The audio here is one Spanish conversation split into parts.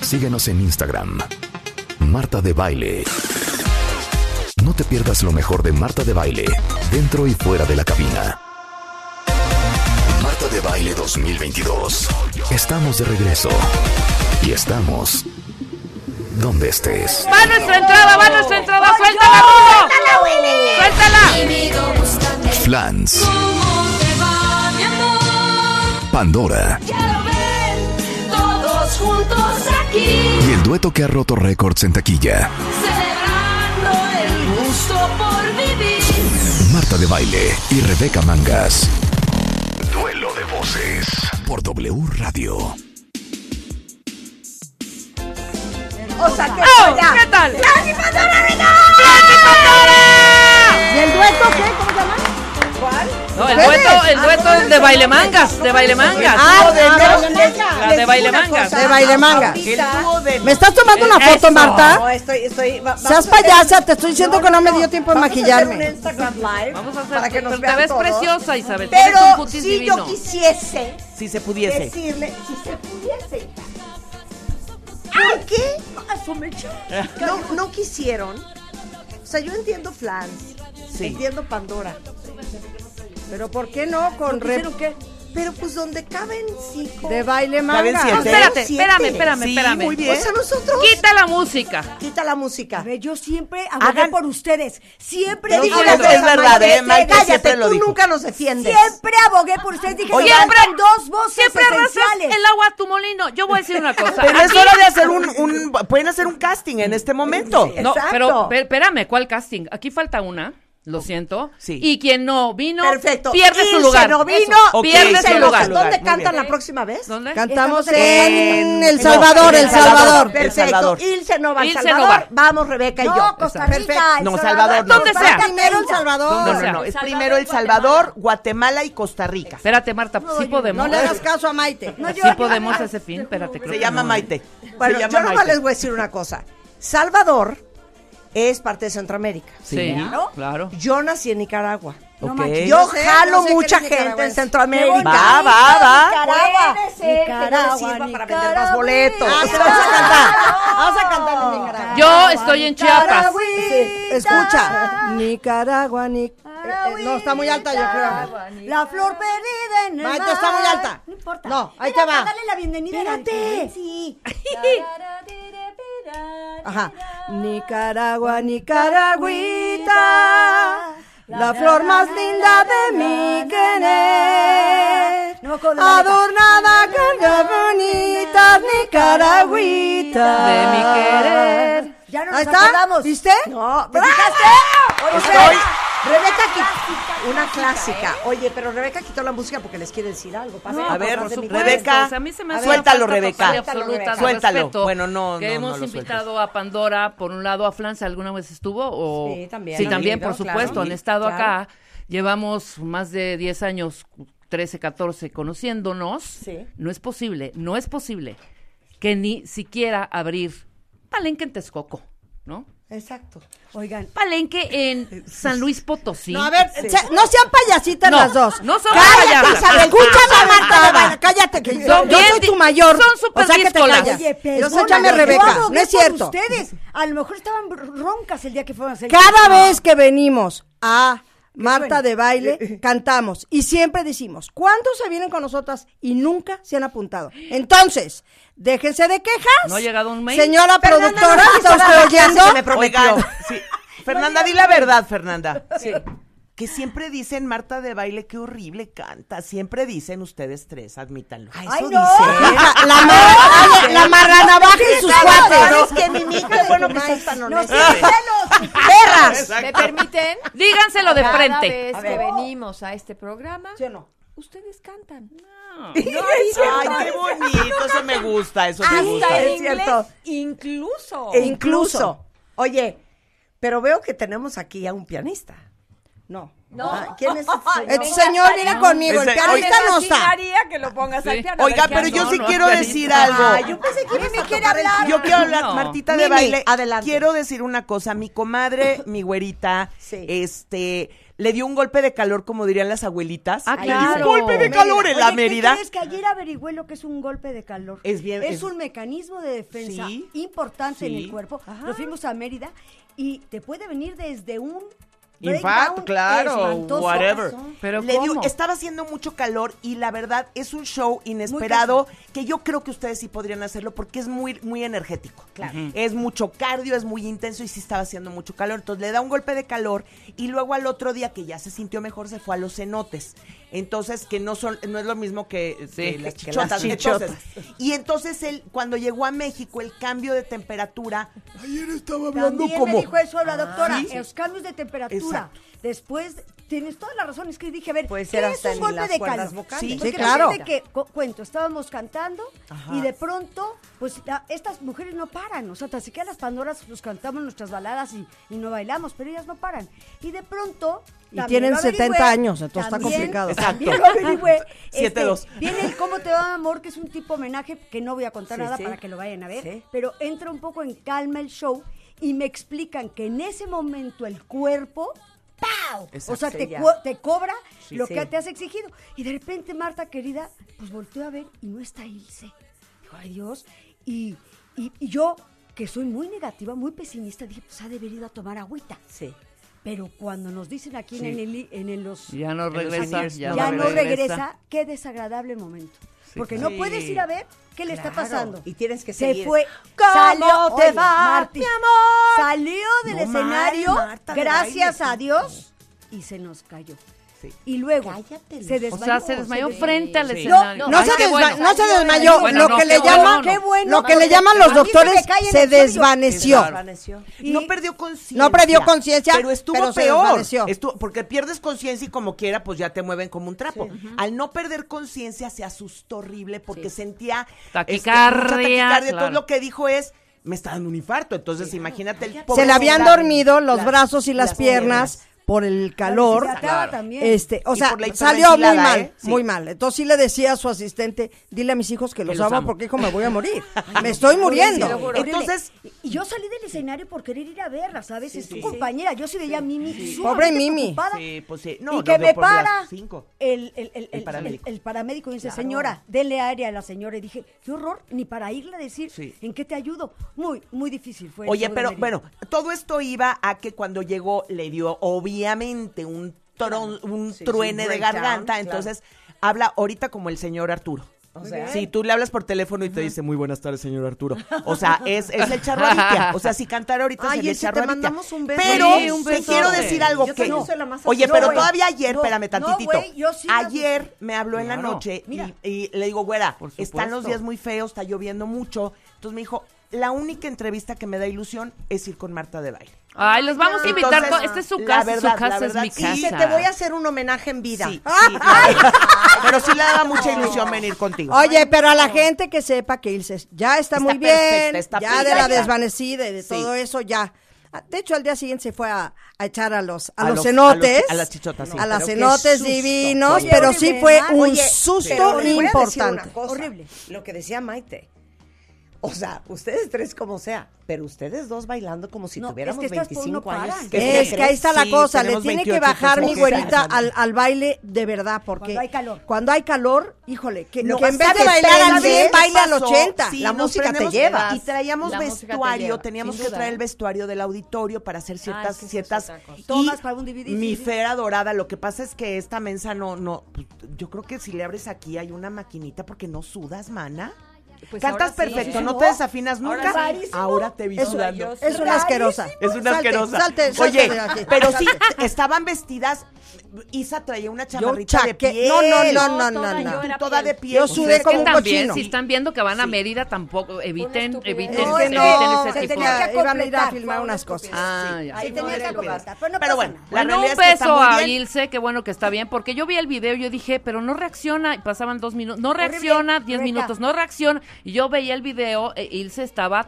Síguenos en Instagram. Marta de Baile. No te pierdas lo mejor de Marta de Baile, dentro y fuera de la cabina. Marta de Baile 2022. Estamos de regreso. Y estamos donde estés. Va nuestra entrada, va nuestra entrada, suéltala, Rulo. Suéltala. Flans. Pandora. Todos juntos aquí, Y el dueto que ha roto récords en taquilla. celebrando el gusto por vivir. Marta de Baile y Rebeca Mangas. Duelo de voces. Por W Radio. O sea, que ¡Oh! ya. ¿Qué tal? ¡Flan y Pandora venga! ¡Flans y Pandora! ¿Y el dueto qué? ¿Cómo se llama? ¿Cuál? No, el dueto, el dueto es de baile mangas, de baile mangas. Ah, de La de bailemangas. baile mangas. De bailemangas. El dúo de ¿Me estás tomando una Eso. foto, Marta? No, estoy, estoy. va- Seas vamos a hacer- payasa, te estoy diciendo que no me dio tiempo de vamos a hacer maquillarme. un Instagram Live Vamos a para hacer, que nos pero te vean ves todos. preciosa, Isabel. Pero Tienes un cutis si divino. yo quisiese Si se pudiese. decirle, si se pudiese, hija. ¿por qué No, no quisieron. O sea, yo entiendo Flans. Sí. Entiendo Pandora. Pero ¿por qué no con re- ¿Pero qué? Pero pues donde caben cinco. de baile Caben No, manga? siete. espérate, Siete. espérame, espérame, Sí, ¿eh? espérame. muy bien. O O sea, nosotros. Quita la música. Quita la música. A ver, yo siempre abogué Hagan- por ustedes. Siempre Te dije digo las una cosa, cosas, es verdad, Maite, ¿eh? Maite cállate, siempre lo tú dijo. nunca- Nunca nos defiendes. Siempre abogué por ustedes. Dije, Oye, siempre dos voces siempre arrasas esenciales. el agua a tu molino. Yo voy a decir una cosa. Pero es Aquí- hora de hacer un, un- Pueden hacer un casting en este momento. No, Exacto. pero per- espérame, ¿cuál casting? Aquí falta una. Lo siento. Sí. Y quien no vino, Perfecto. pierde Y su se lugar. no vino, Eso, Ok, pierde se su enoja. lugar. Muy ¿Dónde bien. cantan la próxima vez? ¿Dónde? Cantamos Estamos en en- El no, Salvador, en El Salvador. El Perfecto. Salvador. Ilse Nova, El Ilse Nova. Salvador. Vamos, Rebeca y yo. No, Costa Rica. El No, Salvador, no. ¿Dónde sea? Primero El Salvador. No, O sea, no, no. El Es primero El Salvador, Guatemala y Costa Rica. Espérate, Marta, sí podemos. No le hagas caso a Maite. sí podemos ese fin, espérate. creo Se que llama no, ¿eh? Maite. Bueno, Se yo llama nomás Maite. les voy a decir una cosa. Salvador es parte de Centroamérica. Sí, Claro. claro. Yo nací en Nicaragua. No Ok. manches, Yo Eh, no sé, jalo no sé qué mucha eres gente en nicaragüense. Centroamérica. Va, Ah, va, va. Nicaragua. Nicaragua, Nicaragua, para vender más boletos. Ah, sí, vamos a cantar. Vamos a cantar en Nicaragua. Yo estoy en Chiapas. Sí, Escucha. Nicaragua, Nic... eh, eh, No, está muy alta, yo creo. La flor perdida en el Maite, está muy mar. alta. No importa. No, ahí Mira, te va. para Dale la bienvenida. a la Espérate. Sí. Ajá. Nicaragua, Nicaragüita, la flor más linda de mi querer. No me acuerdo la letra. Adornada con las bonitas Nicaragüita De mi querer. Ya no Ahí nos está. acordamos. ¿Viste? No, ¿Te ¡bravo! fijaste? Oye, Estoy- espera. Rebeca quitó una clásica. ¿eh? Oye, pero Rebeca quitó la música porque les quiere decir algo. Pásale, No, A por ver, favor, de mi Rebeca, cuenta. O sea, a mí se me hace suéltalo, una falta Rebeca. total y absoluta de Suéltalo. respeto Bueno, no, no, Que no hemos lo invitado a Pandora, por un lado, a Flans, ¿alguna vez estuvo? O... Sí, también Sí, han también, venido, por supuesto, claro. han estado Claro. acá. Llevamos más de 10 años, 13, 14, conociéndonos. No es posible, no es posible que ni siquiera abrir palenque en Texcoco, ¿no? Exacto. Oigan, Palenque en San Luis Potosí. No, a ver, se- no sean payasitas No, las dos. no somos cállate, payasas. Isabel, escúchame, Marta de Baile, cállate, que yo, Son yo bien soy di- tu mayor. son súper o sea que te díscolas. callas. Oye, Yo soy perdóname, Chame yo Rebeca, no abogué es por cierto. ustedes. A lo mejor estaban roncas el día que fueron a hacer. Cada vez que venimos Ah, a Marta de Baile, cantamos y siempre decimos, ¿cuántos se vienen con nosotras? Y nunca se han apuntado. Entonces, déjense de quejas. No ha llegado un mail. Señora Fernanda, productora, no, ¿está no, no, usted no, oyendo? no, no, no, no, Oigan, sí. Fernanda, di la verdad, Fernanda. Que siempre dicen, Marta de Baile, qué horrible canta. Siempre dicen ustedes tres, admítanlo. Ay, Ay, eso no. dice. La, la, mar- oye, la marranavaja y sus cuates. Es que mi mija, qué bueno que estás tan No, sí, honesta. celos. ¡Perras! ¿Me permiten? Díganselo de Cada frente. vez que venimos a este programa, Yo no. ustedes cantan. Ay, qué bonito, eso me gusta, eso me gusta. Hasta en es inglés, cierto. incluso. E incluso. Oye, pero veo que tenemos aquí a un pianista. No. No. Ah, ¿Quién es? Ay, Este me señor encantaría. viene conmigo, el Ese- pianista Me no está. fascinaría que lo pongas Sí. al piano. a ver Oiga, qué pero yo hace. sí no, quiero no, decir pianista. algo. Ah, yo pensé que ibas a tocar el Yo quiero hablar, No. Martita de Mimi, baile. adelante. Quiero decir una cosa, mi comadre, mi güerita, Sí. este, le dio un golpe de calor, como dirían las abuelitas. Ah, Le dio claro. Un golpe de calor en la Mérida. Es que ayer averigüé lo que es un golpe de calor. Es bien- es- un mecanismo de defensa Sí. importante en Sí. el cuerpo. Nos fuimos a Mérida y te puede venir desde un Infarto, breakdown claro, espantoso. whatever. Pero Le dio- este ¿cómo? estaba haciendo mucho calor y la verdad es un show inesperado que yo creo que ustedes sí podrían hacerlo porque es muy, muy energético. Claro. Es mucho cardio, es muy intenso y sí estaba haciendo mucho calor. Entonces le da un golpe de calor y luego al otro día que ya se sintió mejor se fue a los cenotes. Entonces, que no son, no es lo mismo que, Sí, que las que chichotas. las Entonces, y entonces él, cuando llegó a México, el cambio de temperatura. Ayer estaba hablando También como. me dijo eso la doctora, ¿sí? los cambios de temperatura. Exacto. Después, tienes toda la razón, es que dije, a ver, Puede ¿qué ser es hasta un en golpe las de cuerdas calor? vocales. Sí, Sí, porque claro. fíjate que, cu- cuento, estábamos cantando Ajá. y de pronto, pues la- estas mujeres no paran, o sea, así que a las Pandoras nos cantamos nuestras baladas y, y no bailamos, pero ellas no paran. Y de pronto... Y también tienen lo averigüé, 70 años, entonces está también- complicado. También lo Exacto. averigüé. Siete, este, dos. Viene el Cómo te va, amor, que es un tipo homenaje que no voy a contar Sí, nada sí. para que lo vayan a ver, Sí. pero entra un poco en calma el show y me explican que en ese momento el cuerpo, ¡pau! o sea, sí, te, ya. cu- te cobra lo sí. que te has exigido. Y de repente, Marta, querida, pues volteo a ver y no está Ilse. Digo, ay Dios. Y, y- y yo, que soy muy negativa, muy pesimista, dije, pues ha de haber ido a tomar agüita. Sí. Pero cuando nos dicen aquí en, el, en el- los Ya no regresa. seniors, Ya, ya no regresa, qué desagradable momento. Porque no claro. puedes ir a ver qué le está Claro, pasando. y tienes que Se seguir. fue. ¿Cómo salió, te oye, va, Marti, mi amor? Salió del No escenario, mal, Marta de gracias baile, a Dios, y se nos cayó. Sí. Y luego Cállate, se Luis. desmayó. O sea, se desmayó des- frente al Sí. escenario. No, No, Ay, se qué desma- bueno. no se desmayó. Bueno, lo no, que qué le bueno, llaman, qué bueno. lo que le llaman A los mí se me doctores cae en el se suelo. desvaneció. Desvaneció. Y- no perdió conciencia. No perdió conciencia, Pero estuvo pero se peor. desvaneció. Estuvo- porque pierdes conciencia y como quiera, pues ya te mueven como un trapo. Al no perder conciencia, se asustó horrible porque sentía este, mucha Taquicardia, claro. Entonces lo que dijo es, me está dando un infarto. Entonces imagínate el pobre Se le habían soldado. dormido los brazos y las, las piernas, por el calor. deshidrataba Claro. también. Este, o Y sea, por la salió muy hiperventilada, mal, ¿eh? Sí. muy mal. Entonces sí le decía a su asistente, dile a mis hijos que los, los amo, amo. porque hijo me voy a morir. me estoy muriendo. Horrible, horrible. Entonces, y yo salí del escenario por querer ir a verla, ¿sabes? es tu compañera. Yo sí veía a Mimi. Pobre sumamente Mimi. preocupada. Sí, pues sí. No, y lo que veo me por las para cinco. el, el, el, El el- paramédico. el- el paramédico y dice, Claro. señora, denle aire a la señora. Y dije, qué horror, ni para irle a decir Sí. en qué te ayudo. Muy, muy difícil fue. el Oye, show de pero Mérida. bueno, todo esto iba a que cuando llegó le dio obviamente un tron- un Sí, sí, truene un de breakdown, garganta, claro. entonces habla ahorita como el señor Arturo. O sea, si tú le hablas por teléfono y te dice muy buenas tardes, señor Arturo. O sea, es, es el charraditia. O sea, si cantara ahorita Ay, sería el ese, te charraditia. mandamos un beso. Pero Sí, un te besote. quiero decir algo Yo que. también soy la más Oye, así. pero No, güey. todavía ayer, No, espérame no, tantitito. güey, yo sí las ayer me habló en la Claro. noche y- Mira. y, le digo, güera, Por están los supuesto. días muy feos, está lloviendo mucho. Entonces me dijo, la única entrevista que me da ilusión es ir con Marta de baile. Ay, los vamos a invitar. Entonces, con- Esta es su la casa, verdad, su casa la es verdad, mi sí, casa. Y se te voy a hacer un homenaje en vida. Sí, sí, la verdad. pero sí le daba mucha ilusión venir contigo. Oye, pero a la gente que sepa que Ilse ya está, Está muy bien, perfecta, está ya de la perfecta. desvanecida y de Sí. todo eso, ya. Ah, De hecho, al día siguiente se fue a, a echar a los, a A los los- cenotes. a los- a las chichotas, sí. A las Pero qué cenotes susto. divinos, Oye, pero oye, sí fue ¿verdad? un Oye, pero susto les voy a decir una importante. cosa, Horrible. Lo que decía Maite. O sea, ustedes tres como sea, pero ustedes dos bailando como si No, tuviéramos es que estas por 25 no paran. años. ¿Qué Es que ahí está la Sí, cosa, le tenemos tiene que 28 bajar mi cosas. güerita al, al baile de verdad, porque Cuando hay calor. cuando hay calor, híjole, que, No, que en vez de ¿sabes? bailar al ¿Sabes 100, qué baila al pasó? 80. Sí, La nos música te prendemos lleva. Y traíamos La música te vestuario, lleva, teníamos sin que duda, traer ¿eh? el vestuario del auditorio para hacer ciertas, es que eso es ciertas. otra cosa. y Tomas para un DVD, Mi sí, sí. fera dorada, lo que pasa es que esta mensa no, no, pues, yo creo que si le abres aquí hay una maquinita porque no sudas, mana. Pues Cantas ahora sí, perfecto, ¿eh? no te desafinas Ahora nunca. sí. Ahora, Rarísimo. te vi Es, sudando. yo- es una asquerosa. Es una Salte, asquerosa. Salte, salte Oye, de aquí. pero sí, estaban vestidas. Isa traía una chamarrita de chaque- piel. no, no, no, No, no, no, toda no. yo era- Toda de Yo piel. Yo O sea, sudé es como que un también, cochino. si están viendo que van a Mérida, tampoco, eviten, estupidez. eviten, Es No, que eviten no, ese se tipo tenía de... de- que iban a ir a Iban a filmar unas cosas. Ah, ya. Ahí tenía que acobertar, pero no Pero pasa bueno, nada. la Bueno, realidad un es que está beso muy a bien. Ilse, qué bueno que está bien, porque yo vi el video y yo dije, pero no reacciona, y pasaban dos minutos, no Horrible, reacciona, diez Rebeca. minutos, no reacciona, y yo veía el video, e Ilse estaba,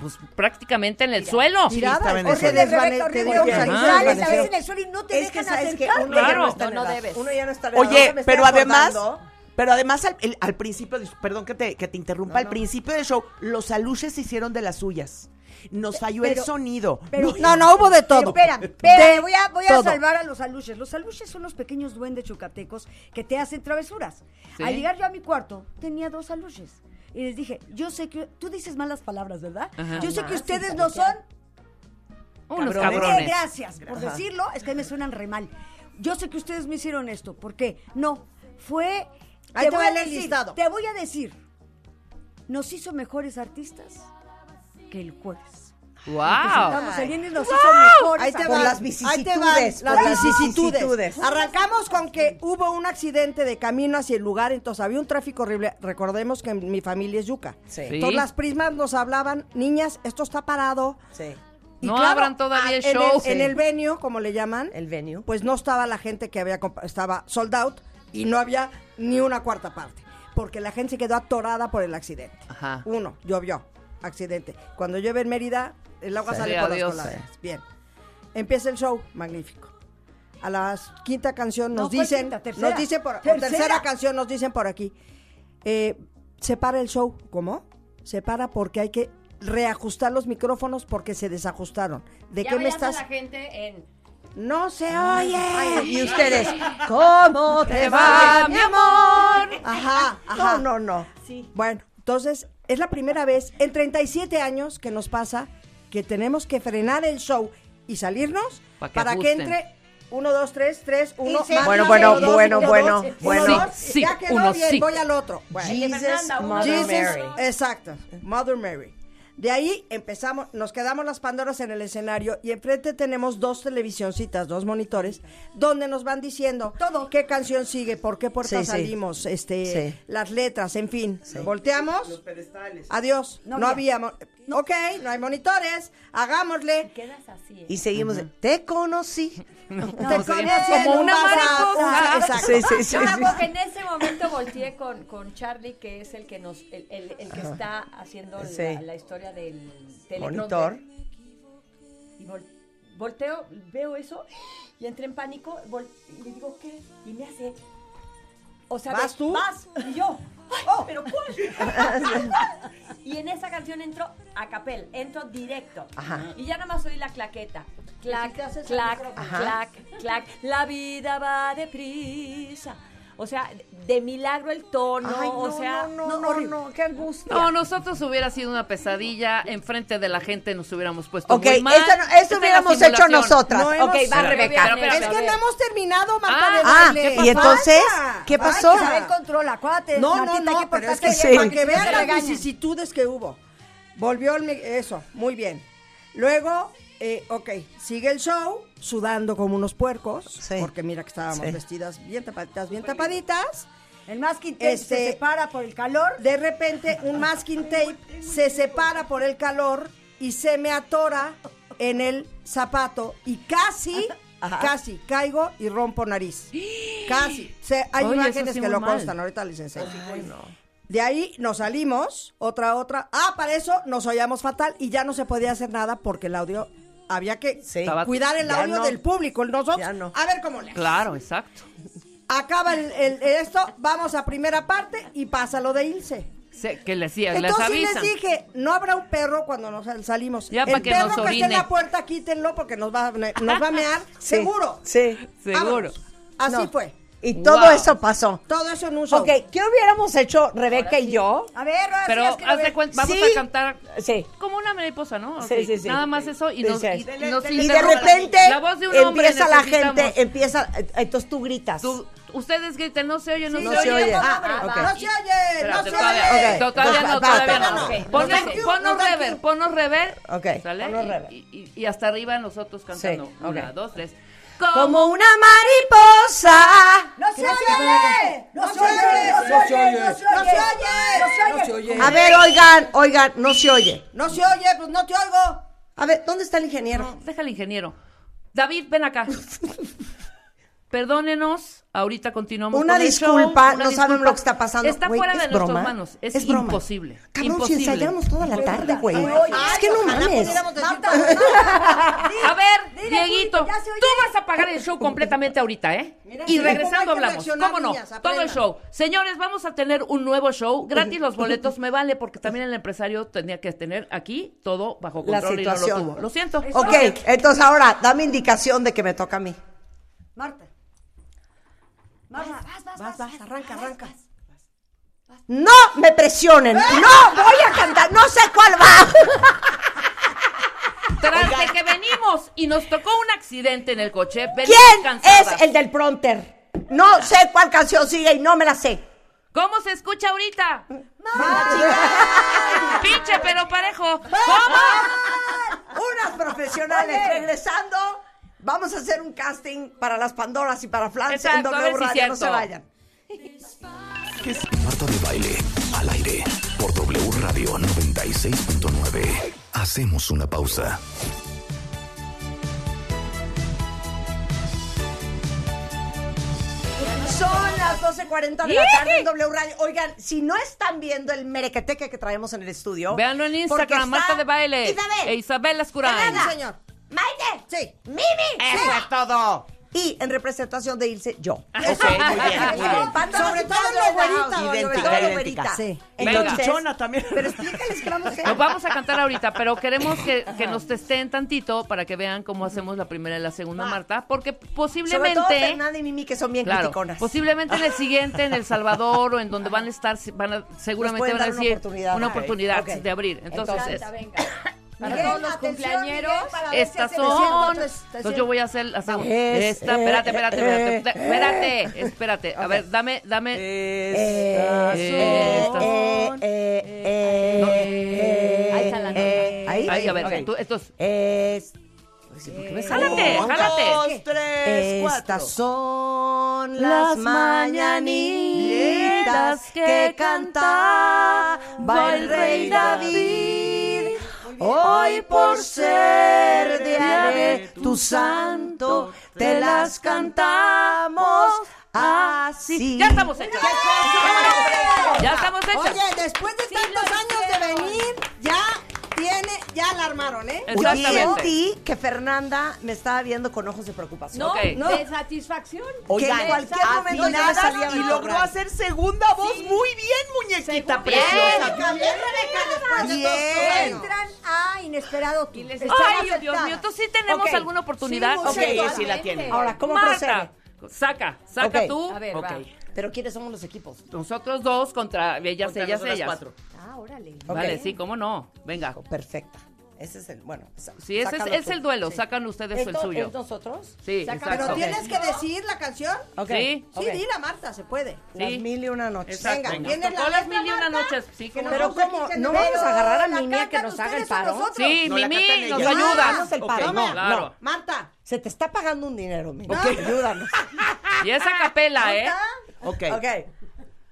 pues, prácticamente en el suelo. Mirada, estaba en o eso. se Horrible, Rebeca, desvane- te horrible, digo que horrible. se Ajá. Sales a veces desvaneció. en el suelo y no te Es que dejan sabes que acercar. uno ya Claro. no está en No, la no edad. debes. Uno ya no está en la edad. Oye, Ahora me estoy pero además, acordando Pero además al, el- al principio, dis- perdón que te, que te interrumpa, No, al no. principio del show, los aluches se hicieron de las suyas. Nos falló pero- el sonido. pero- No, no, hubo de todo. Espera, espera, De voy a, voy a todo. salvar a los aluches. Los aluches son los pequeños duendes chucatecos que te hacen travesuras. Sí. Al llegar yo a mi cuarto, tenía dos aluches. Y les dije, yo sé que... Tú dices malas palabras, ¿verdad? Ajá. Yo sé que Jamás, hija, ustedes no ¿qué? son... Unos Eh, cabrones. gracias por decirlo, es que me suenan re mal. Yo sé que ustedes me hicieron esto, ¿por qué? No, fue... Ahí te va voy a el decir, listado. Te voy a decir, nos hizo mejores artistas que el jueves. ¡Wow! Presentamos el viernes, nos hizo mejores Ahí te artistas. Por van, las ahí te vicisitudes, van por las las vicisitudes. vicisitudes. Arrancamos con que hubo un accidente de camino hacia el lugar, entonces había un tráfico horrible. Recordemos que mi familia es yuca. Sí. Entonces las prismas nos hablaban, niñas, esto está parado. Sí. No abran todavía ah, el en show. En el Sí. venio, como le llaman, El venue. pues no estaba la gente que había comp- estaba sold out y no había ni una cuarta parte, porque la gente se quedó atorada por el accidente. Ajá. Uno, llovió, accidente. Cuando llueve en Mérida, el agua Sí, sale por adiós. las coladeras. Bien. Empieza el show, magnífico. A la quinta canción No, nos fue dicen, quinta, tercera. nos dicen por o Tercera. tercera. canción nos dicen por aquí. eh, se para el show, ¿cómo? Se para porque hay que reajustar los micrófonos porque se desajustaron. ¿De qué me estás? gente en... No se oye. Y ustedes, ¿cómo te va, mi amor? Ajá, ajá. No, no, no. Bueno, entonces es la primera vez en 37 años que nos pasa que tenemos que frenar el show y salirnos Pa' que para que ajusten. entre 1, 2, 3, 3, 1, se Bueno, bueno, bueno, bueno, bueno. Sí, sí, ya quedó uno, bien, sí. voy al otro. Bueno. Jesus, Mother Jesus, Mary. Exacto, Mother Mary. De ahí empezamos, nos quedamos las Pandoras en el escenario y enfrente tenemos dos televisioncitas, dos monitores, donde nos van diciendo todo qué canción sigue, por qué puerta Sí, sí. salimos, este, Sí. las letras, en fin. Volteamos. Adiós. No, No había. mo- Ok, no hay monitores. Hagámosle. Quedas así, ¿eh? Y seguimos, de, te conocí. Te sí. conocí en Como un una bazar. mariposa. Exacto. Sí, sí, sí. Yo me sí. acuerdo que en ese momento volteé con, con Charlie, que es el que nos, el, el- el que está haciendo la- Sí. la, historia del teleprompter. Monitor. Y vol- volteo, veo eso y entré en pánico vol- y le digo, ¿qué? Y me hace... O sea, ¿Vas me- tú? Vas. Y yo, "Ay, ¿pero cuál? y en esa canción entro a capel, entro directo. Ajá. Y ya nada más oí la claqueta. Clac, clac, Ajá. clac, clac. La vida va deprisa. O sea, de milagro el tono, Ay, o sea... no, no, no, no, qué angustia. No, nosotros hubiera sido una pesadilla. Enfrente de la gente nos hubiéramos puesto Ok, muy mal. esto, no- esto Esta es la hubiéramos hecho simulación. nosotras. No hemos- ok, va Espera, Rebeca. espera, espera, Es que no espera. hemos terminado, Marta Ah, de Ah, Baile. y entonces, ¿qué Vaya. pasó? Isabel controla, acuérdate. No, no, Martita, qué no, pero es importante que que sí. para que vean Te las regañan. vicisitudes que hubo. Volvió el mi- eso, muy bien. Luego, eh, ok, sigue el show, sudando como unos puercos, Sí. porque mira que estábamos Sí. vestidas bien tapaditas, bien tapaditas. El más que intenso Este- se separa por el calor. De repente, un masking tape se separa por el calor y se me atora en el zapato y casi, casi caigo y rompo nariz. Casi. Se- hay Oye, eso imágenes sí que muy lo mal. constan, ahorita les enseño. De ahí nos salimos, otra, otra. Ah, para eso nos oíamos fatal y ya no se podía hacer nada porque el audio, había que Sí. Estaba- cuidar el Ya audio no. del público, el Ya nosotros. no. A ver cómo le hace. Claro, exacto. Acaba el, el- esto, vamos a primera parte y pasa lo de Ilse. Se- que les, les Entonces sí avisan. les dije, no habrá un perro cuando nos sal- salimos. Ya, el para que perro nos que esté en orine. la puerta, quítenlo porque nos va, a- nos va a mear, Sí, seguro. Sí. Seguro. Vámonos. Así No. fue. Y todo Wow. eso pasó. Todo eso en un show. Ok, ¿qué hubiéramos hecho Rebeca y yo? A ver, ahora sí, Pero es que lo haz de ves. cuenta, vamos Sí. a cantar Sí. como una mariposa, ¿no? Sí, Ok, sí, sí. Nada más eso y nos, y, Dices, y nos Y de interrumpen. repente la voz de un hombre empieza la necesitamos. gente, empieza, entonces tú gritas. Tú- ustedes griten, no se oye, no, Sí, se, oye. Ah, Ah, ok. No se oye, Espérate, no se todavía, oye. Ok. no, todavía Va, no, va, todavía va, no. va, va. Ponos, Thank you, ponos no, thank rever, you. ponos rever. Ok, ¿sale? ponos Y- rever. Y, y hasta arriba nosotros cantando. ok. Una, dos, tres. Como una mariposa. ¡No se oye! ¡No se oye! ¡No se oye! ¡No se oye! ¡No se oye! A ver, oigan, oigan, no se oye. No se oye, pues no te oigo. A ver, ¿dónde está el ingeniero? Deja al ingeniero. David, ven acá. Perdónenos, ahorita continuamos. Una con el show, una disculpa, no saben disculpa. lo que está pasando. Está Güey, fuera ¿es de broma? nuestras manos, es, Es broma. imposible. Cabrón, imposible. si ensayamos toda la tarde, güey. Es que no mames. A ver, Dieguito, Dile, Dieguito, ya se oye. tú vas a pagar el show completamente ahorita, ¿eh? Mira, y mira, cómo regresando hay que hablamos. reaccionar, ¿Cómo no? niñas, Todo el aprendan. show. Señores, vamos a tener un nuevo show. Gratis los boletos, me vale, porque también el empresario tenía que tener aquí todo bajo La control y no lo situación. tuvo. Lo siento. Ok, entonces ahora dame indicación de que me toca a mí. Marta. Marta, vas, vas, vas, arranca, arranca. No me ¿Eh? presionen. No voy a cantar. No sé cuál va. Tras de que venimos y nos tocó un accidente en el coche, venimos ¿Quién cansadas. es el del prompter? No sé cuál canción sigue y no me la sé. ¿Cómo se escucha ahorita? Pinche pero parejo. ¿Cómo? Unas profesionales regresando. Vamos a hacer un casting para las Pandoras y para Flans Exacto, a en W ver si es Radio. no se cierto. vayan. Marta de Baile, al aire, por W Radio 96.9. Hacemos una pausa. Son las 12.40 de la tarde en W Radio. Oigan, si no están viendo el merequeteque que traemos en el estudio. Véanlo en porque Instagram, está Marta de Baile. Isabel. E Isabel Lascurain. Fernanda. señor. Maite. Sí. Mimi. ¡Eso es todo! Ah, Y en representación de Ilse, yo. Ok, muy bien, muy bien. Sobre todo lo Sobre Idéntica, güerita, todo lo idéntica. güerita. Sí. Venga. Chichona también. Pero explícales qué vamos a hacer. Lo vamos a cantar ahorita, pero queremos que, que nos testeen tantito para que vean cómo hacemos la primera y la segunda, Marta, porque Sobre todo posiblemente... Fernanda y Mimi, que son bien Claro, Pues criticonas. posiblemente en el siguiente, en El Salvador o en donde van a estar, si- van a, seguramente pueden van a dar una decir oportunidad. una Ay, oportunidad ok. de abrir. Entonces, Santa, venga. Para todos los cumpleañeros. estas son. Entonces yo voy a hacer la segunda. Es- Esta, espérate, espérate, eh, espérate. Espérate, espérate. A ver, dame, dame. Estas Eh, son- Eh, eh, eh, No. eh, Ahí está la nota. eh, ahí, Ay, a ver, ok. tú, estos. Es- me sale? Jálate, Un, jálate. dos, tres, cuatro. Estas son las mañanitas que cantaba el rey David. Hoy por ser día de tu santo, te las cantamos así. Ya estamos hechas. Ya estamos Oye, hechas. después de tantos años de venir, ya tiene, ya la armaron, ¿eh? Yo Exactamente. sentí que Fernanda me estaba viendo con ojos de preocupación. No, Ok. de satisfacción. Oigan, De cualquier satisfacción. momento yo Afinadas sabía y bailar. logró hacer segunda voz muy bien, muñequita Bien. preciosa. Bien, Rebeca, después de Bien. todos tus años. Entran a Inesperado tú. les- Están Ay, aceptadas. Dios mío, entonces sí tenemos Ok. alguna oportunidad. Sí, Ok, muchas sí la tiene. Ahora, ¿cómo procede? Marta, saca, saca Ok. tú. A ver, va. Ok. Pero ¿quiénes somos los equipos? Nosotros dos contra ellas, Contra ellas, nosotras ellas. cuatro. Ah, órale. Vale, Ok. sí, cómo no. Venga. Perfecta. Ese es el, bueno. sa- Sí, ese es, sácalo es tú. el duelo. Sí. Sacan ustedes ¿Es el no- suyo. es nosotros? Sí, Sácalo. Pero exacto. tienes que decir la canción. Ok. Sí. Sí, dila, Marta, se puede. Las Sí. mil y una noches. Exacto. Venga, Nos ¿tienes tocó la las letra, mil y una Marta? noches. Sí, Que cómo Pero no. vamos aquí ¿cómo? que ¿No te vamos veo. a agarrar a La Mimi a que cantan nos haga el ustedes o paro? nosotros. Sí, No la cantan Mimi, ellas. nos Ah, ayudas. hagamos el Ok, paro. No, claro. Marta, Se te está pagando un dinero, Mimi. No. Ayúdanos. Y Ah, esa capela, ¿eh? Ok. ok.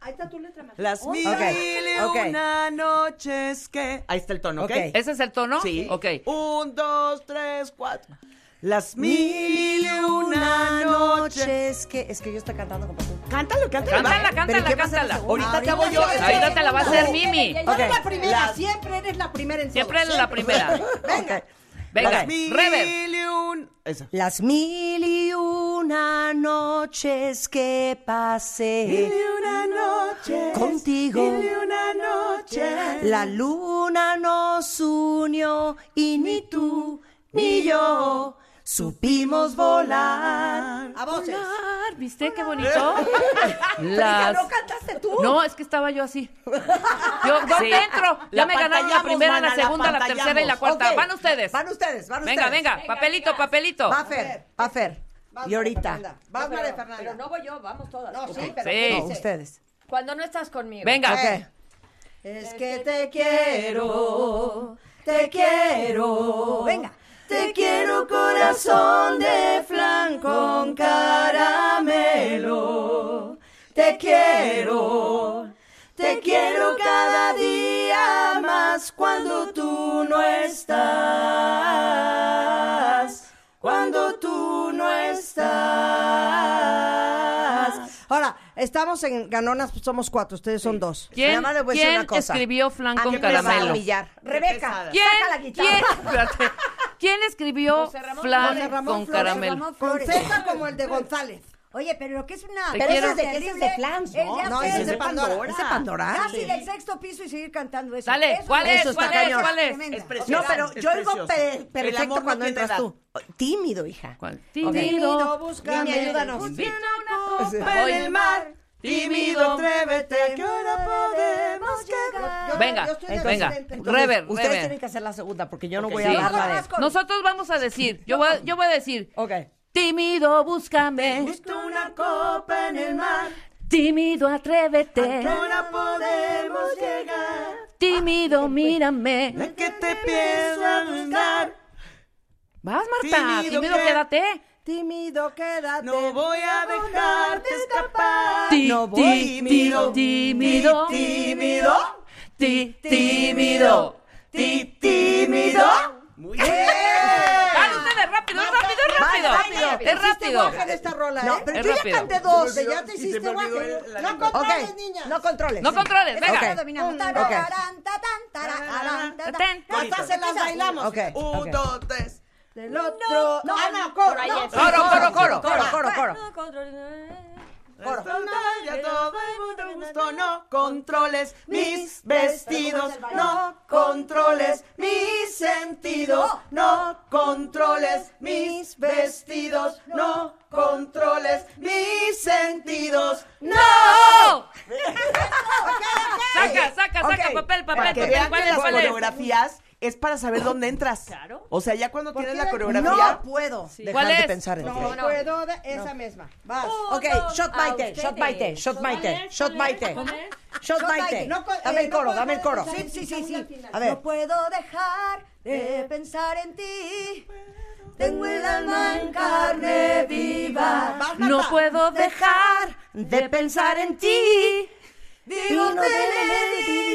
ahí está tu letra, Marta. Las mil y ok. una noches que... Ahí está el tono, ¿ok? Ok. ¿Ese es el tono? Sí. Ok. Un, dos, tres, cuatro. Las mil y una noches. noches que... Es que yo estoy cantando como tú. Cántalo, cántalo. Cántala, va. ¿Pero cántala, qué va a hacer la cántala. segunda? Ahorita te hago yo. sí, Ahorita Ahorita te la va a hacer Mimi. No eres la Ok. primera, Las- siempre eres la primera en todo. Siempre eres la primera. Venga. Venga, Ok. Rever. Mil y un... Esa. Las mil y una noches que pasé. una noche. Contigo. una noche. La luna nos unió y ni tú ni yo supimos volar. A voces. Volar, Ah, ¿Viste qué bonito? Las... ¿No cantaste tú? No, es que estaba yo así. Yo voy dentro. La Ya me ganaron la pantallamos, primera, la mana, la segunda, la tercera y la pantallamos. cuarta. Ok. Van ustedes. Van ustedes, van Venga, ustedes. venga. Papelito, papelito. Va Fer, va Fer. Vas, Y ahorita. Fernanda. Vas, María Pero, Fernanda. pero no voy yo, vamos todas. No, sí, pero Sí. No, ustedes. Cuando no estás conmigo. Venga. Ok. Es que te quiero, te quiero. Venga. Te quiero corazón de flan con caramelo. Te quiero, te quiero cada día más cuando tú no estás. Cuando tú no estás. Estamos en ganonas, pues somos cuatro, ustedes son dos. ¿Quién, Nada más les voy a decir quién una cosa. escribió Flan ¿A con quién me vas a caramelo? humillar? Rebeca, ¿Quién, saca la quién- guitarra. espérate. ¿Quién escribió José Ramón Flan Flores, Ramón con Flores, caramelo? Ramón Con Flores. Z como el de González. Oye, pero lo que es una. Te Pero quiero- ese es de- ese es de Flans, ¿no? Es de No, hacer ese es de de Pandora. Pandora. ¿Ese Pandora? Casi Ah, Sí. Ah, del sexto piso y seguir cantando eso. Dale, Eso ¿cuál me- es? eso ¿Cuál está es? cañón. ¿Cuál es? Tremenda. Es precioso. No, pero Es yo oigo precioso. pe- El amor perfecto no cuando tiene entras edad. tú. Oh, Tímido, hija. ¿Cuál? Tímido, búscame. Niña, ayúdanos. Invita Copa en el mar, tímido, atrévete, que ahora podemos quedar. Yo- Venga, yo estoy de venga, asistente, entonces, Rever, Ustedes Rever. tienen que hacer la segunda porque yo no Ok, voy sí. a dar la de... Vámonos con- Nosotros vamos a decir, yo voy, a- yo voy a decir, Ok. tímido, búscame, una copa en el mar, tímido, atrévete, ahora podemos llegar. tímido, mírame. ¿De qué te pienso alumbrar? Vas, Marta, Tímido, tímido, ¿qué? quédate. Tímido, quédate. No voy a dejarte escapar. Ti- No voy. ti- Tímido. Ah, tímido, Ti- tímido. ti- tímido, Ti- tímido. Muy bien. Van ustedes, rápido, es rápido, es rápido, es rápido. Baja de esta rola, No, ¿eh? pero Es yo rápido. ya canté dos. Entonces, ya te hiciste guaje. No controles, Ok, niña. no controles. No controles, Eso venga. lo dominamos. Ok. Tararán, tatán, tararán, tatán. Ten. Hasta se las bailamos. Ok. Un, dos, tres. Del otro. No, ah, no, no, coro. por ahí no. es. Coro, coro, coro. Coro, coro, coro. Esto no, ya todo el mundo gustó, no controles mis vestidos, no controles mi sentido, no controles mis vestidos, no controles mis sentidos, no. ¡No! Saca, saca, saca, Ok. papel, papel, Para que papel. vean ¿Cuál que es, las cuál es? coreografías es para saber dónde entras. Claro. O sea, ya cuando tienes la coreografía, No puedo ¿Cuál dejar es? de pensar en ti. No, puedo. de- Esa misma. Vas. Ok, shot Maite, shot Maite, shot Maite, shot Maite. Shot Maite. No co- Dame eh, el no coro, puedo dame el coro. pensar en Sí, ti. sí, sí. A ver. No puedo dejar de pensar en ti. Tengo el alma en carne viva. Vas, Marta. No puedo dejar de pensar en ti. Vivo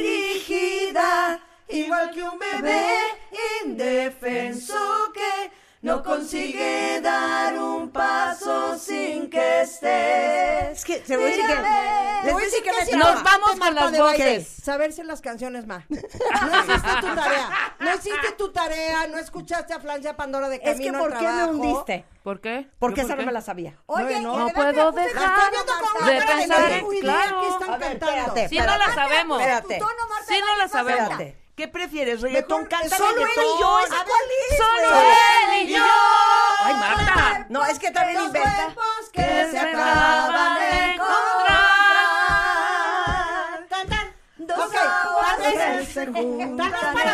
dirigida. igual que un bebé bebé, indefenso que no consigue dar un paso sin que estés. Es que se voy a decir que. Mírame. Les voy a decir que me Sí, Nos traba. Marta, vamos con Marta las de baile. voces. Saberse las canciones, ma. No hiciste tu tarea. No hiciste tu tarea. No escuchaste a Francia Pandora de Es Camino que al ¿por qué me Trabajo. hundiste? ¿Por qué? ¿Yo Porque esa por no qué? me la sabía. Oye, Bueno. y No de puedo repente, La estoy dejar viendo con una de cara de no pensar tengo en idea claro. que están A ver, cantando. espérate. Sí no la Espérate, sabemos. espérate. Tu tono, Marta, Sí no la vas a sabemos. cantar. Espérate. ¿Qué prefieres? ¿Reggaetón? Mejor- Canta solo él y reggaetón. yo, A ¿esa ver, cuál es, Solo güey? él y yo. Ay, Marta. No, es que también Los inventa. cuerpos que se acaban acaban de de encontrar. encontrar. Tan, tan. Dos Ok, aguas tal que vez- se tal vez juntan para en Marta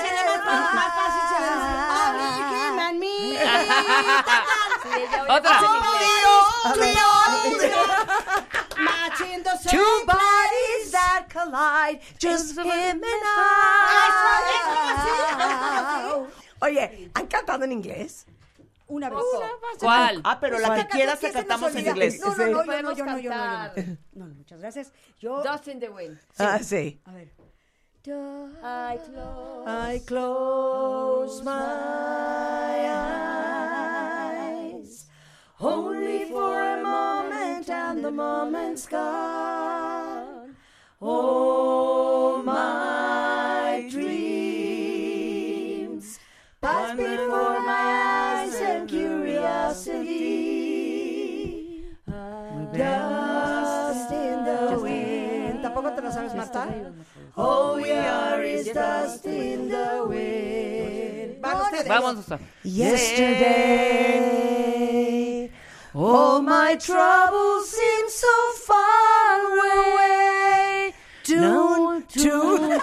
el seremos más más fácil se dice, mar. "Original mi". Otra. Oh, Dios, Dios. Matching the same place. that collide just Eso him es- and Eso, I. Oye, ¿han cantado en inglés? Una vez. ¿Cuál? Ah, pero la que quieras Pues la se nos cantamos en olvida. inglés. No, no, no, yo no, Podemos yo no, yo no, yo cantar. no. No, no, muchas gracias. Yo, Dust in the wind. Ah, sí. a ver. I close. I close my eyes only for a moment, and the moment's gone. Oh, my dreams pass before my eyes and curiosity. Dust in the wind. Tampoco te la sabes, Marta. Oh, we are is dust in the wind. Van ustedes. Vamos, Susana. Yesterday, all my troubles seem so far away. Tune, tune.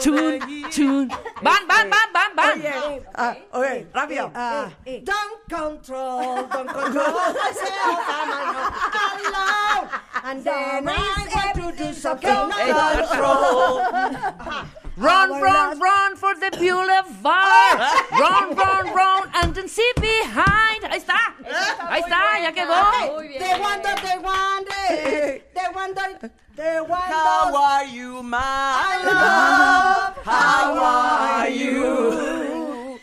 Chun, chun. Van, van, van, van, van. Oh, Ah, oye, rápido. Ah, don't control, don't control myself. I'm alone. And then I want to do something. Ey, Run, run, run for the boulevard. Run, run, run and then see behind. Ahí está. Ahí está, ya quedó. Muy bien. They wonder, they wonder, they wonder, they How wonder. are you, my love? How are you?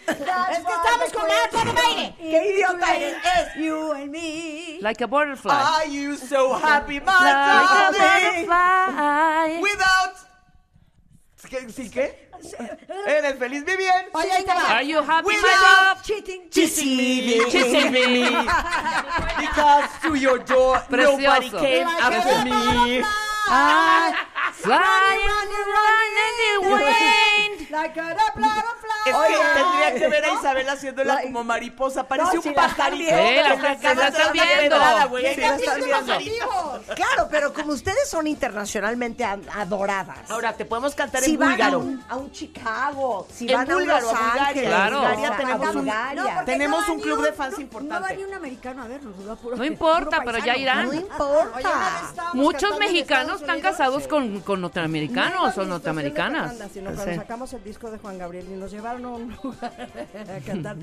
Es que estamos con Marta de baile. ¡Qué idiota eres! You and me. Like a butterfly. Oh, Are you so happy, my like a darling? butterfly. Without. ¿Qué- ¿Sí qué? ¿Eres feliz, Vivian? Oye, ahí te va. Are you happy, my Without- love? Cheating. Kissing me, Kissing me. Because to your door, nobody Precioso. came Like after me. Ah, Flying, running in the wind. Like a butterfly. Es que tendría que ver a Isabel haciéndola Like- como mariposa. Parece No, un si la están pajarito. viendo. Eh, la Como están- la que están se da una viendo. pedrada, güey. Sí, Sí, la la están tienen viendo. Claro, pero como ustedes son internacionalmente a- adoradas. Ahora, te podemos cantar si en van a búlgaro. un, a un Chicago, si En van búlgaro, a un Los a Bulgaria. Ángeles, Claro. Bulgaria, Tenemos a un- Bulgaria. No, porque Tenemos va un ni club de fans no- importante. No va ni un americano a vernos, nos va puro- No importa, puro pero ya paisano. irán. No Oye, una vez importa. estábamos Muchos cantando en mexicanos Estados están Unidos. casados con, con No iba norteamericanos o administración de norteamericanas. Fernanda, sino cuando Sí. sacamos el disco de Juan Gabriel y nos llevaron a un lugar a cantar,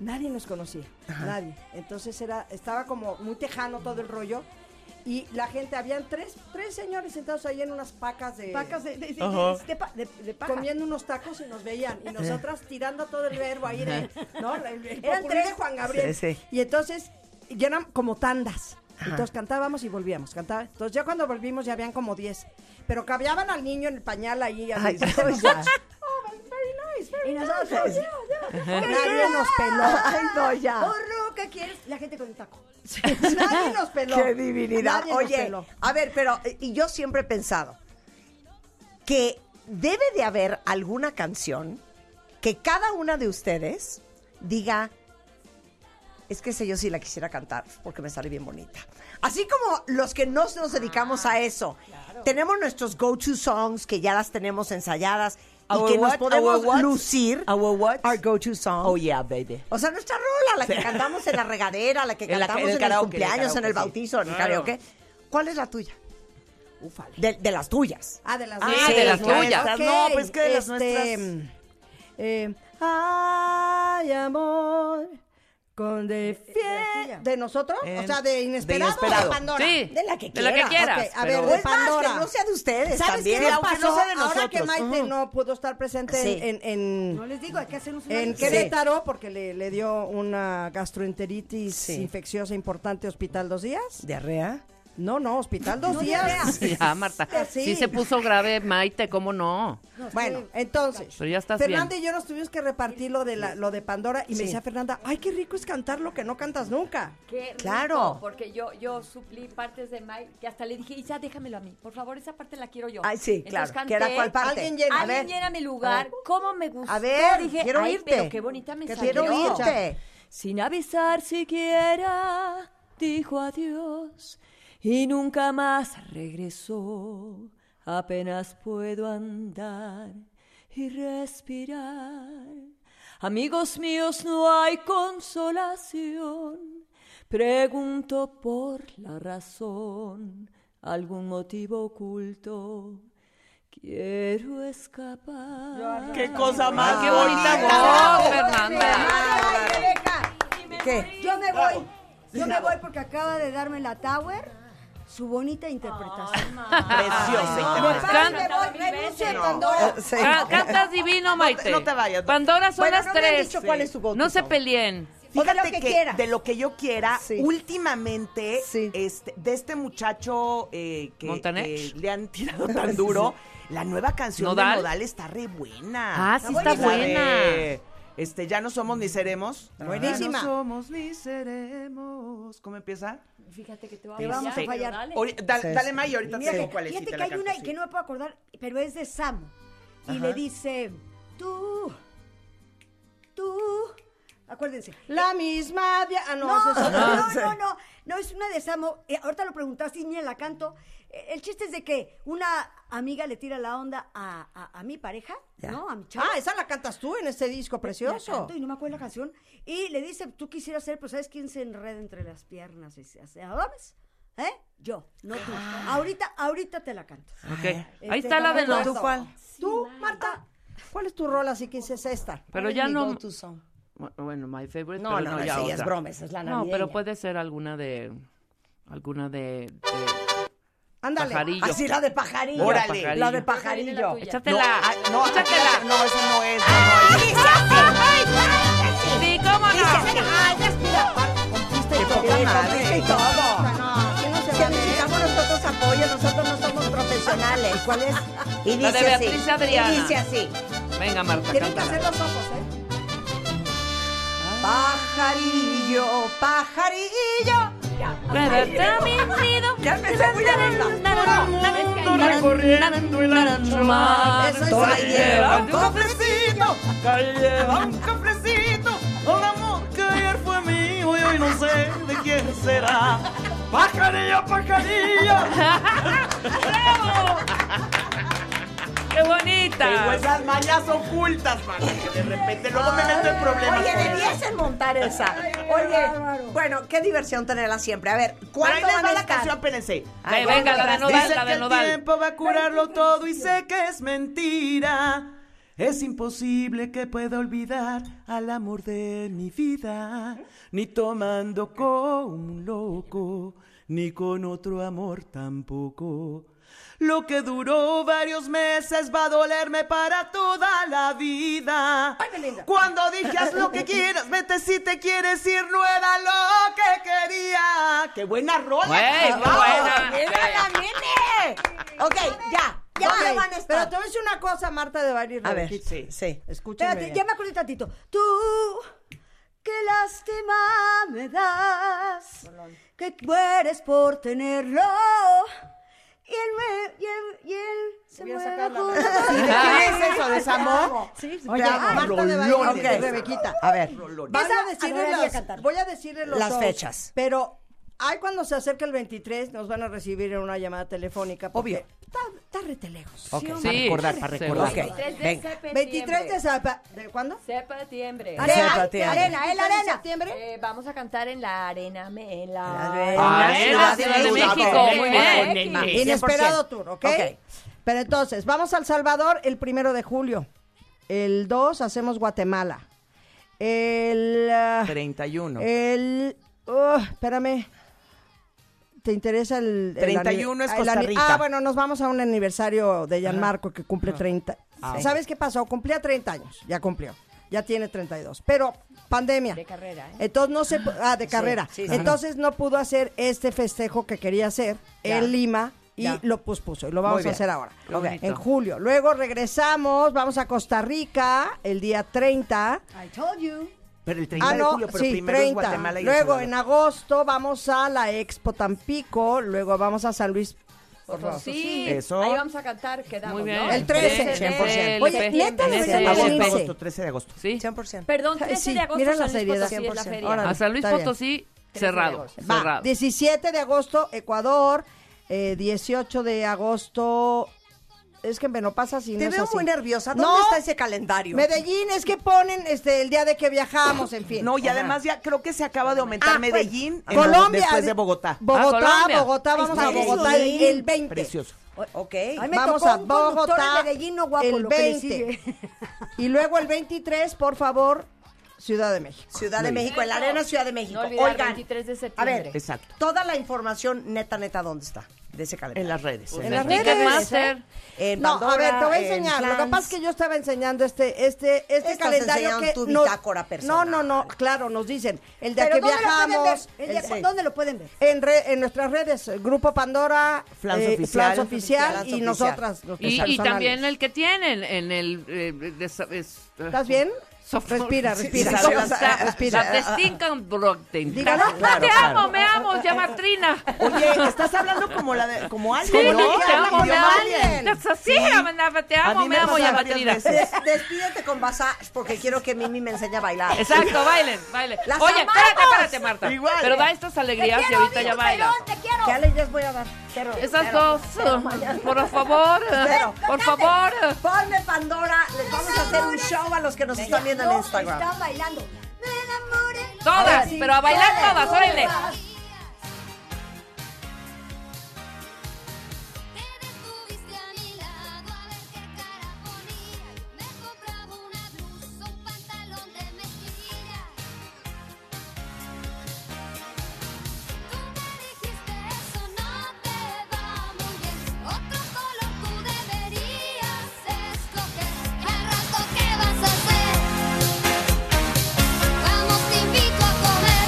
nadie nos conocía, nadie. Entonces era, estaba como muy tejano todo el rollo y la gente, habían tres, tres señores sentados ahí en unas pacas de... Pacas de, de, de- de- de pa- de- de paja. comiendo unos tacos y nos veían y nosotras tirando todo el verbo ahí de, ¿no? El, el popurrí Eran tres. de Juan Gabriel. Sí, sí. Y entonces y eran como tandas. Entonces cantábamos y volvíamos, cantaba. Entonces ya cuando volvimos ya habían como 10. Pero cabiaban al niño en el pañal ahí. así, ¿sabes? Oh, very nice, very Y nice. nosotros, Yeah, ya, yeah. Nadie nos peló. Ay, no, ya. Porro, ¿qué quieres? La gente con el taco. Nadie nos peló. Qué divinidad. Nadie nos Oye, peló. a ver, pero eh, y yo siempre he pensado que debe de haber alguna canción que cada una de ustedes diga es que sé yo sí la quisiera cantar porque me sale bien bonita. Así como los que no nos dedicamos Ah, a eso. Tenemos nuestros go-to songs que ya las tenemos ensayadas y Our que nos what? podemos Our what? lucir. Our what? Our go-to song. Oh, yeah, baby. O sea, nuestra rola, la que cantamos en la regadera, la que En la- cantamos en en, el el, karaoke, cumpleaños, en en el el karaoke, bautizo, en el karaoke. ¿Cuál es la tuya? Ufale. De, de las tuyas. Ah, de las Ah, nuestras. de las tuyas. Ok, No, pues que de las este, nuestras. eh, ay, amor, con Eh, de fie- ¿De nosotros? En- o sea, de Inesperado, de Inesperado. o de Pandora. Sí, De la que de la que quieras. quieras, Ok, a pero- ver, O de es más, Pandora. que no sea de ustedes ¿Sabes qué también. nos aunque pasó? no sea de Ahora que nosotros. Maite no pudo estar presente Sí. en... en- No les digo, hay que hacernos una en lista. Querétaro, porque le, le dio una gastroenteritis Sí. infecciosa importante, hospital dos días. ¿Diarrea? No, no, hospital dos días. Ya, ah, Marta. Sí. Sí se puso grave, Maite, ¿cómo no? Bueno, entonces. Pero ya estás Fernanda bien. y yo nos tuvimos que repartir lo de, la, lo de Pandora y me decía Fernanda, ay, qué rico es cantar lo que no cantas nunca. Qué rico, Claro. Porque yo, yo suplí partes de Mike que hasta le dije, ya déjamelo a mí. Por favor, esa parte la quiero yo. Ay, sí, Entonces claro. ¿Que era canté, cuál parte? Alguien llena, a ver, Alguien llena mi lugar. ¿Cómo me gustó? a ver, Dije, quiero ay, irte. pero qué bonita me salió. Quiero irte. Sin avisar siquiera, dijo adiós y nunca más regresó. Apenas puedo andar y respirar. Amigos míos, no hay consolación. Pregunto por la razón, algún motivo oculto. Quiero escapar. Ah, Qué cosa más. qué bonita voz, Fernanda. ¿Qué? Yo me voy. Yo me voy porque acaba de darme la Tower su bonita interpretación. Preciosa. Me paro y me Canta. voy, renuncio a Pandora. Sí. Ca- Cantas divino, Maite. no te vayas. Pandora son Bueno, las no me han tres. dicho cuál es su voto, No se Saúl. peleen. O de Fíjate lo que quiera. de lo que yo quiera, Sí. últimamente, Sí. este, de este muchacho eh, que, Montaner. que le han tirado tan duro, la nueva canción ¿Nodal? de Nodal está re buena. Ah, sí está La de, buena. este, ya no somos ni seremos. Buenísima. Ya no somos ni seremos. ¿Cómo empieza? Fíjate que te Te vamos vamos a a fallar. Dale. Ori- da- dale, May, ahorita Mira, te digo fíjate- cuál es. y fíjate te que la hay canto, una sí. que no me puedo acordar, pero es de Sam. Y le dice, tú, tú, acuérdense. La misma... dia- Ah, no, No, esa es no, otra. no, no, no, es una de Samo. eh, ahorita lo preguntaste y mira, la canto. Eh, El chiste es de que una amiga le tira la onda a, a- a mi pareja, ¿no? A mi chavo. Ah, esa la cantas tú en este disco La precioso. canto y no me acuerdo la canción. Y le dice, tú quisieras ser, pero ¿sabes quién se enreda entre las piernas? Y se hace, ¿a dónde? ¿Eh? Yo, no tú. Ah. Ahorita, ahorita te la canto. Ok. Este, Ahí está la de no, los. ¿tú cuál? Tú, Marta, ¿cuál es tu rol así que dices esta? Pero ya Mi no. go-to song. Bu- Bueno, my favorite. No, pero no, no, ya sí, es otra. broma, esa es la No, navideña. pero puede ser alguna de. Alguna de. de- Ándale. Pajarillo. Así la de pajarillo. Órale. La de Viene la pajarillo. tuya. No, Échatela. ah, no, échatela. no, no, esa no es. no, no es. Sí, cómo no. Ay, respira. Conquista Compita y todo. Compita y todo. No, aquí no se Si vale. necesitamos nosotros apoyo, nosotros no somos profesionales. ¿Cuál es? Y La de dice así. Beatriz Adriana. Y dice así. Venga, Marta, Tienen que cántala. hacer los ojos, ¿eh? Ah. Pajarillo, pajarillo. Ya empecé muy avanzada. recorriendo el ancho mar. Eso es Toda ahí. lleva un cofrecito, que lleva un cofrecito. Un amor que ayer fue mío y hoy no sé de quién será. Pajarillo, pajarillo. ¡Qué bonita! esas mañas ocultas, mana, que de repente luego me meto en problemas. Oye, con eso. debiesen montar esa. Oye, bueno, qué diversión tenerla siempre. A ver, Pero ahí ¿cuándo les van va a la estar? canción, espérense. Ay, Ve, venga, ¿cuándo la de van a Nodal, Dice la que de el Nodal. tiempo va a curarlo todo y sé que es mentira. Es imposible que pueda olvidar al amor de mi vida, ni tomando con un loco, ni con otro amor tampoco. Lo que duró varios meses va a dolerme para toda la vida. Cuando dijeras lo que quieras, vete si te quieres ir, no era lo que quería. ¡Qué buena rola! Güey, qué cabrón! buena. ¡Mírala, mire! Ok, ya. Ya Ok, no van a Pero estar. te voy a decir una cosa, Marta de Baile. A ver, Sí. sí. Escúchame. Espérate, ya bien. me acordé tantito. Tú, qué lástima me das, que mueres por tenerlo. Y él, me, y él, y él se Voy a mueve sacarla, junto la- a mí. ¿Qué es eso? ¿Desamor? Sí, sí, Oye, te amo. Marta de Baile, Rolones. Rebequita. A ver. Van Esa- a decirle a ver, voy a las- cantar. voy a decirle los Las shows, fechas. Pero hay cuando se acerca el 23 nos van a recibir en una llamada telefónica. porque Obvio. Está, está rete lejos. Ok, Sí, para recordar, para seguro. recordar. El Ok, 23 de venga. septiembre. 23 de Zapa- ¿De cuándo? septiembre. Ah, Arena, Arena, Zapateando. arena, ¿eh? La ¿En arena. septiembre? Eh, vamos a cantar en la arena, me- en la... Arena, Arena, Ah, Ciudad de México. Muy bien. Inesperado tour, ¿ok? Ok. Pero entonces, vamos al Salvador el primero de julio. El 2 hacemos Guatemala. El. ah, 31. El. uh, espérame. ¿Te interesa el. el 31 ani- es el Costa ani- Rica. Ah, bueno, nos vamos a un aniversario de Gianmarco que cumple 30. sí. ¿Sabes qué pasó? Cumplía 30 años. Ya cumplió. Ya tiene 32. Pero pandemia. De carrera, ¿eh? Entonces no se. pu- Ah, de carrera. sí, sí. Entonces no pudo hacer este festejo que quería hacer en Lima y Ya. lo pospuso. Y lo vamos a bien. hacer ahora. Qué Ok. bonito. En julio. Luego regresamos. Vamos a Costa Rica el día 30. I told you. Pero el 30 Ah, de no, julio, pero sí, primero 30. es Guatemala y El luego Salvador. en agosto vamos a la Expo Tampico, luego vamos a San Luis. Potosí. Eso. Ahí vamos a cantar, quedamos, Muy bien. ¿no? El 13. 100%. Oye, neta, En deberían ese- de agosto, venirse. agosto, 13 de agosto. Sí. 100%. Perdón, Ay, 13 sí, de agosto mira San la Luis seriedad. Potosí es la 100%. feria. Órale. A San Luis Está bien. Potosí, Trece de cerrado. agosto. Va, Cerrado. 17 de agosto, Ecuador, eh, 18 de agosto. Es que me lo pasa si no Te es veo así. muy nerviosa. ¿Dónde No, está ese calendario? Medellín, es que ponen este el día de que viajamos, en fin. No, y además ya creo que se acaba de aumentar Ah, pues, Medellín en- Colombia, después de Bogotá. Bogotá, Ah, Colombia. Bogotá, vamos Ay, a Medellín. Bogotá el, el 20. Precioso. Ok. Ay, me Vamos tocó a un conductor de Bogotá Medellín, no guapo, el lo que le 20. sigue. Y luego el 23, por favor, Ciudad de México. Ciudad de México, en la Arena Ciudad de México. No olvidar, Oigan, 23 de a septiembre. ver, Exacto. toda la información neta, neta, ¿dónde está? De ese calendario. En las redes. Pues En en las redes, Ticketmaster. En no, a ver, te voy a Pandora, en enseñar. Lo que Flans. pasa es que yo estaba enseñando este, este, este Estás calendario enseñando que tu no- bitácora personal. No, no, no, claro, nos dicen el día Pero que ¿dónde lo pueden viajamos. ver? El el día- día- ¿Dónde lo pueden ver? En, re- en nuestras redes, el Grupo Pandora, Flans eh, Oficial. Flans Oficial Flans y Oficial. nosotras. nuestras Y, y personales. también el que tienen en el... eh, de- es- ¿Estás bien? Sof- Respira, respira. sí, ¿Cómo sí, sí. está? La Respira. Testinkenbrocken. Dígalo. te claro. amo, me amo, llama Trina. Oye, Eh, estás hablando como la de, como Sí, alguien, ¿no? te Habla amo, me idioma amo. alien. Sí, Amanda, te A amo, mí me amo, pasa llama varias Trina. veces. Despídete con Basaj porque quiero que Mimi me enseñe a bailar. Exacto, bailen, bailen. ¡Las Oye, amamos! espérate, espérate, Marta. Igual. Pero da estas alegrías y ahorita ya baila. Te quiero. ¿Qué alegrías voy a dar? Quiero- Esas quiero- dos, quiero eh, mañana. por favor, eh, Espero. por favor. Ponme Pandora, les vamos a hacer un show a los que nos están viendo en No, Instagram. Están bailando. Todas, pero a bailar todas, órale. Te detuviste a mi lado a ver qué cara ponía. Yo me compraba una blusa, un pantalón de mezclilla. Tú me dijiste eso no te va muy bien. Otro color tú deberías escoger. Al rato qué vas a hacer. Vamos te invito a comer.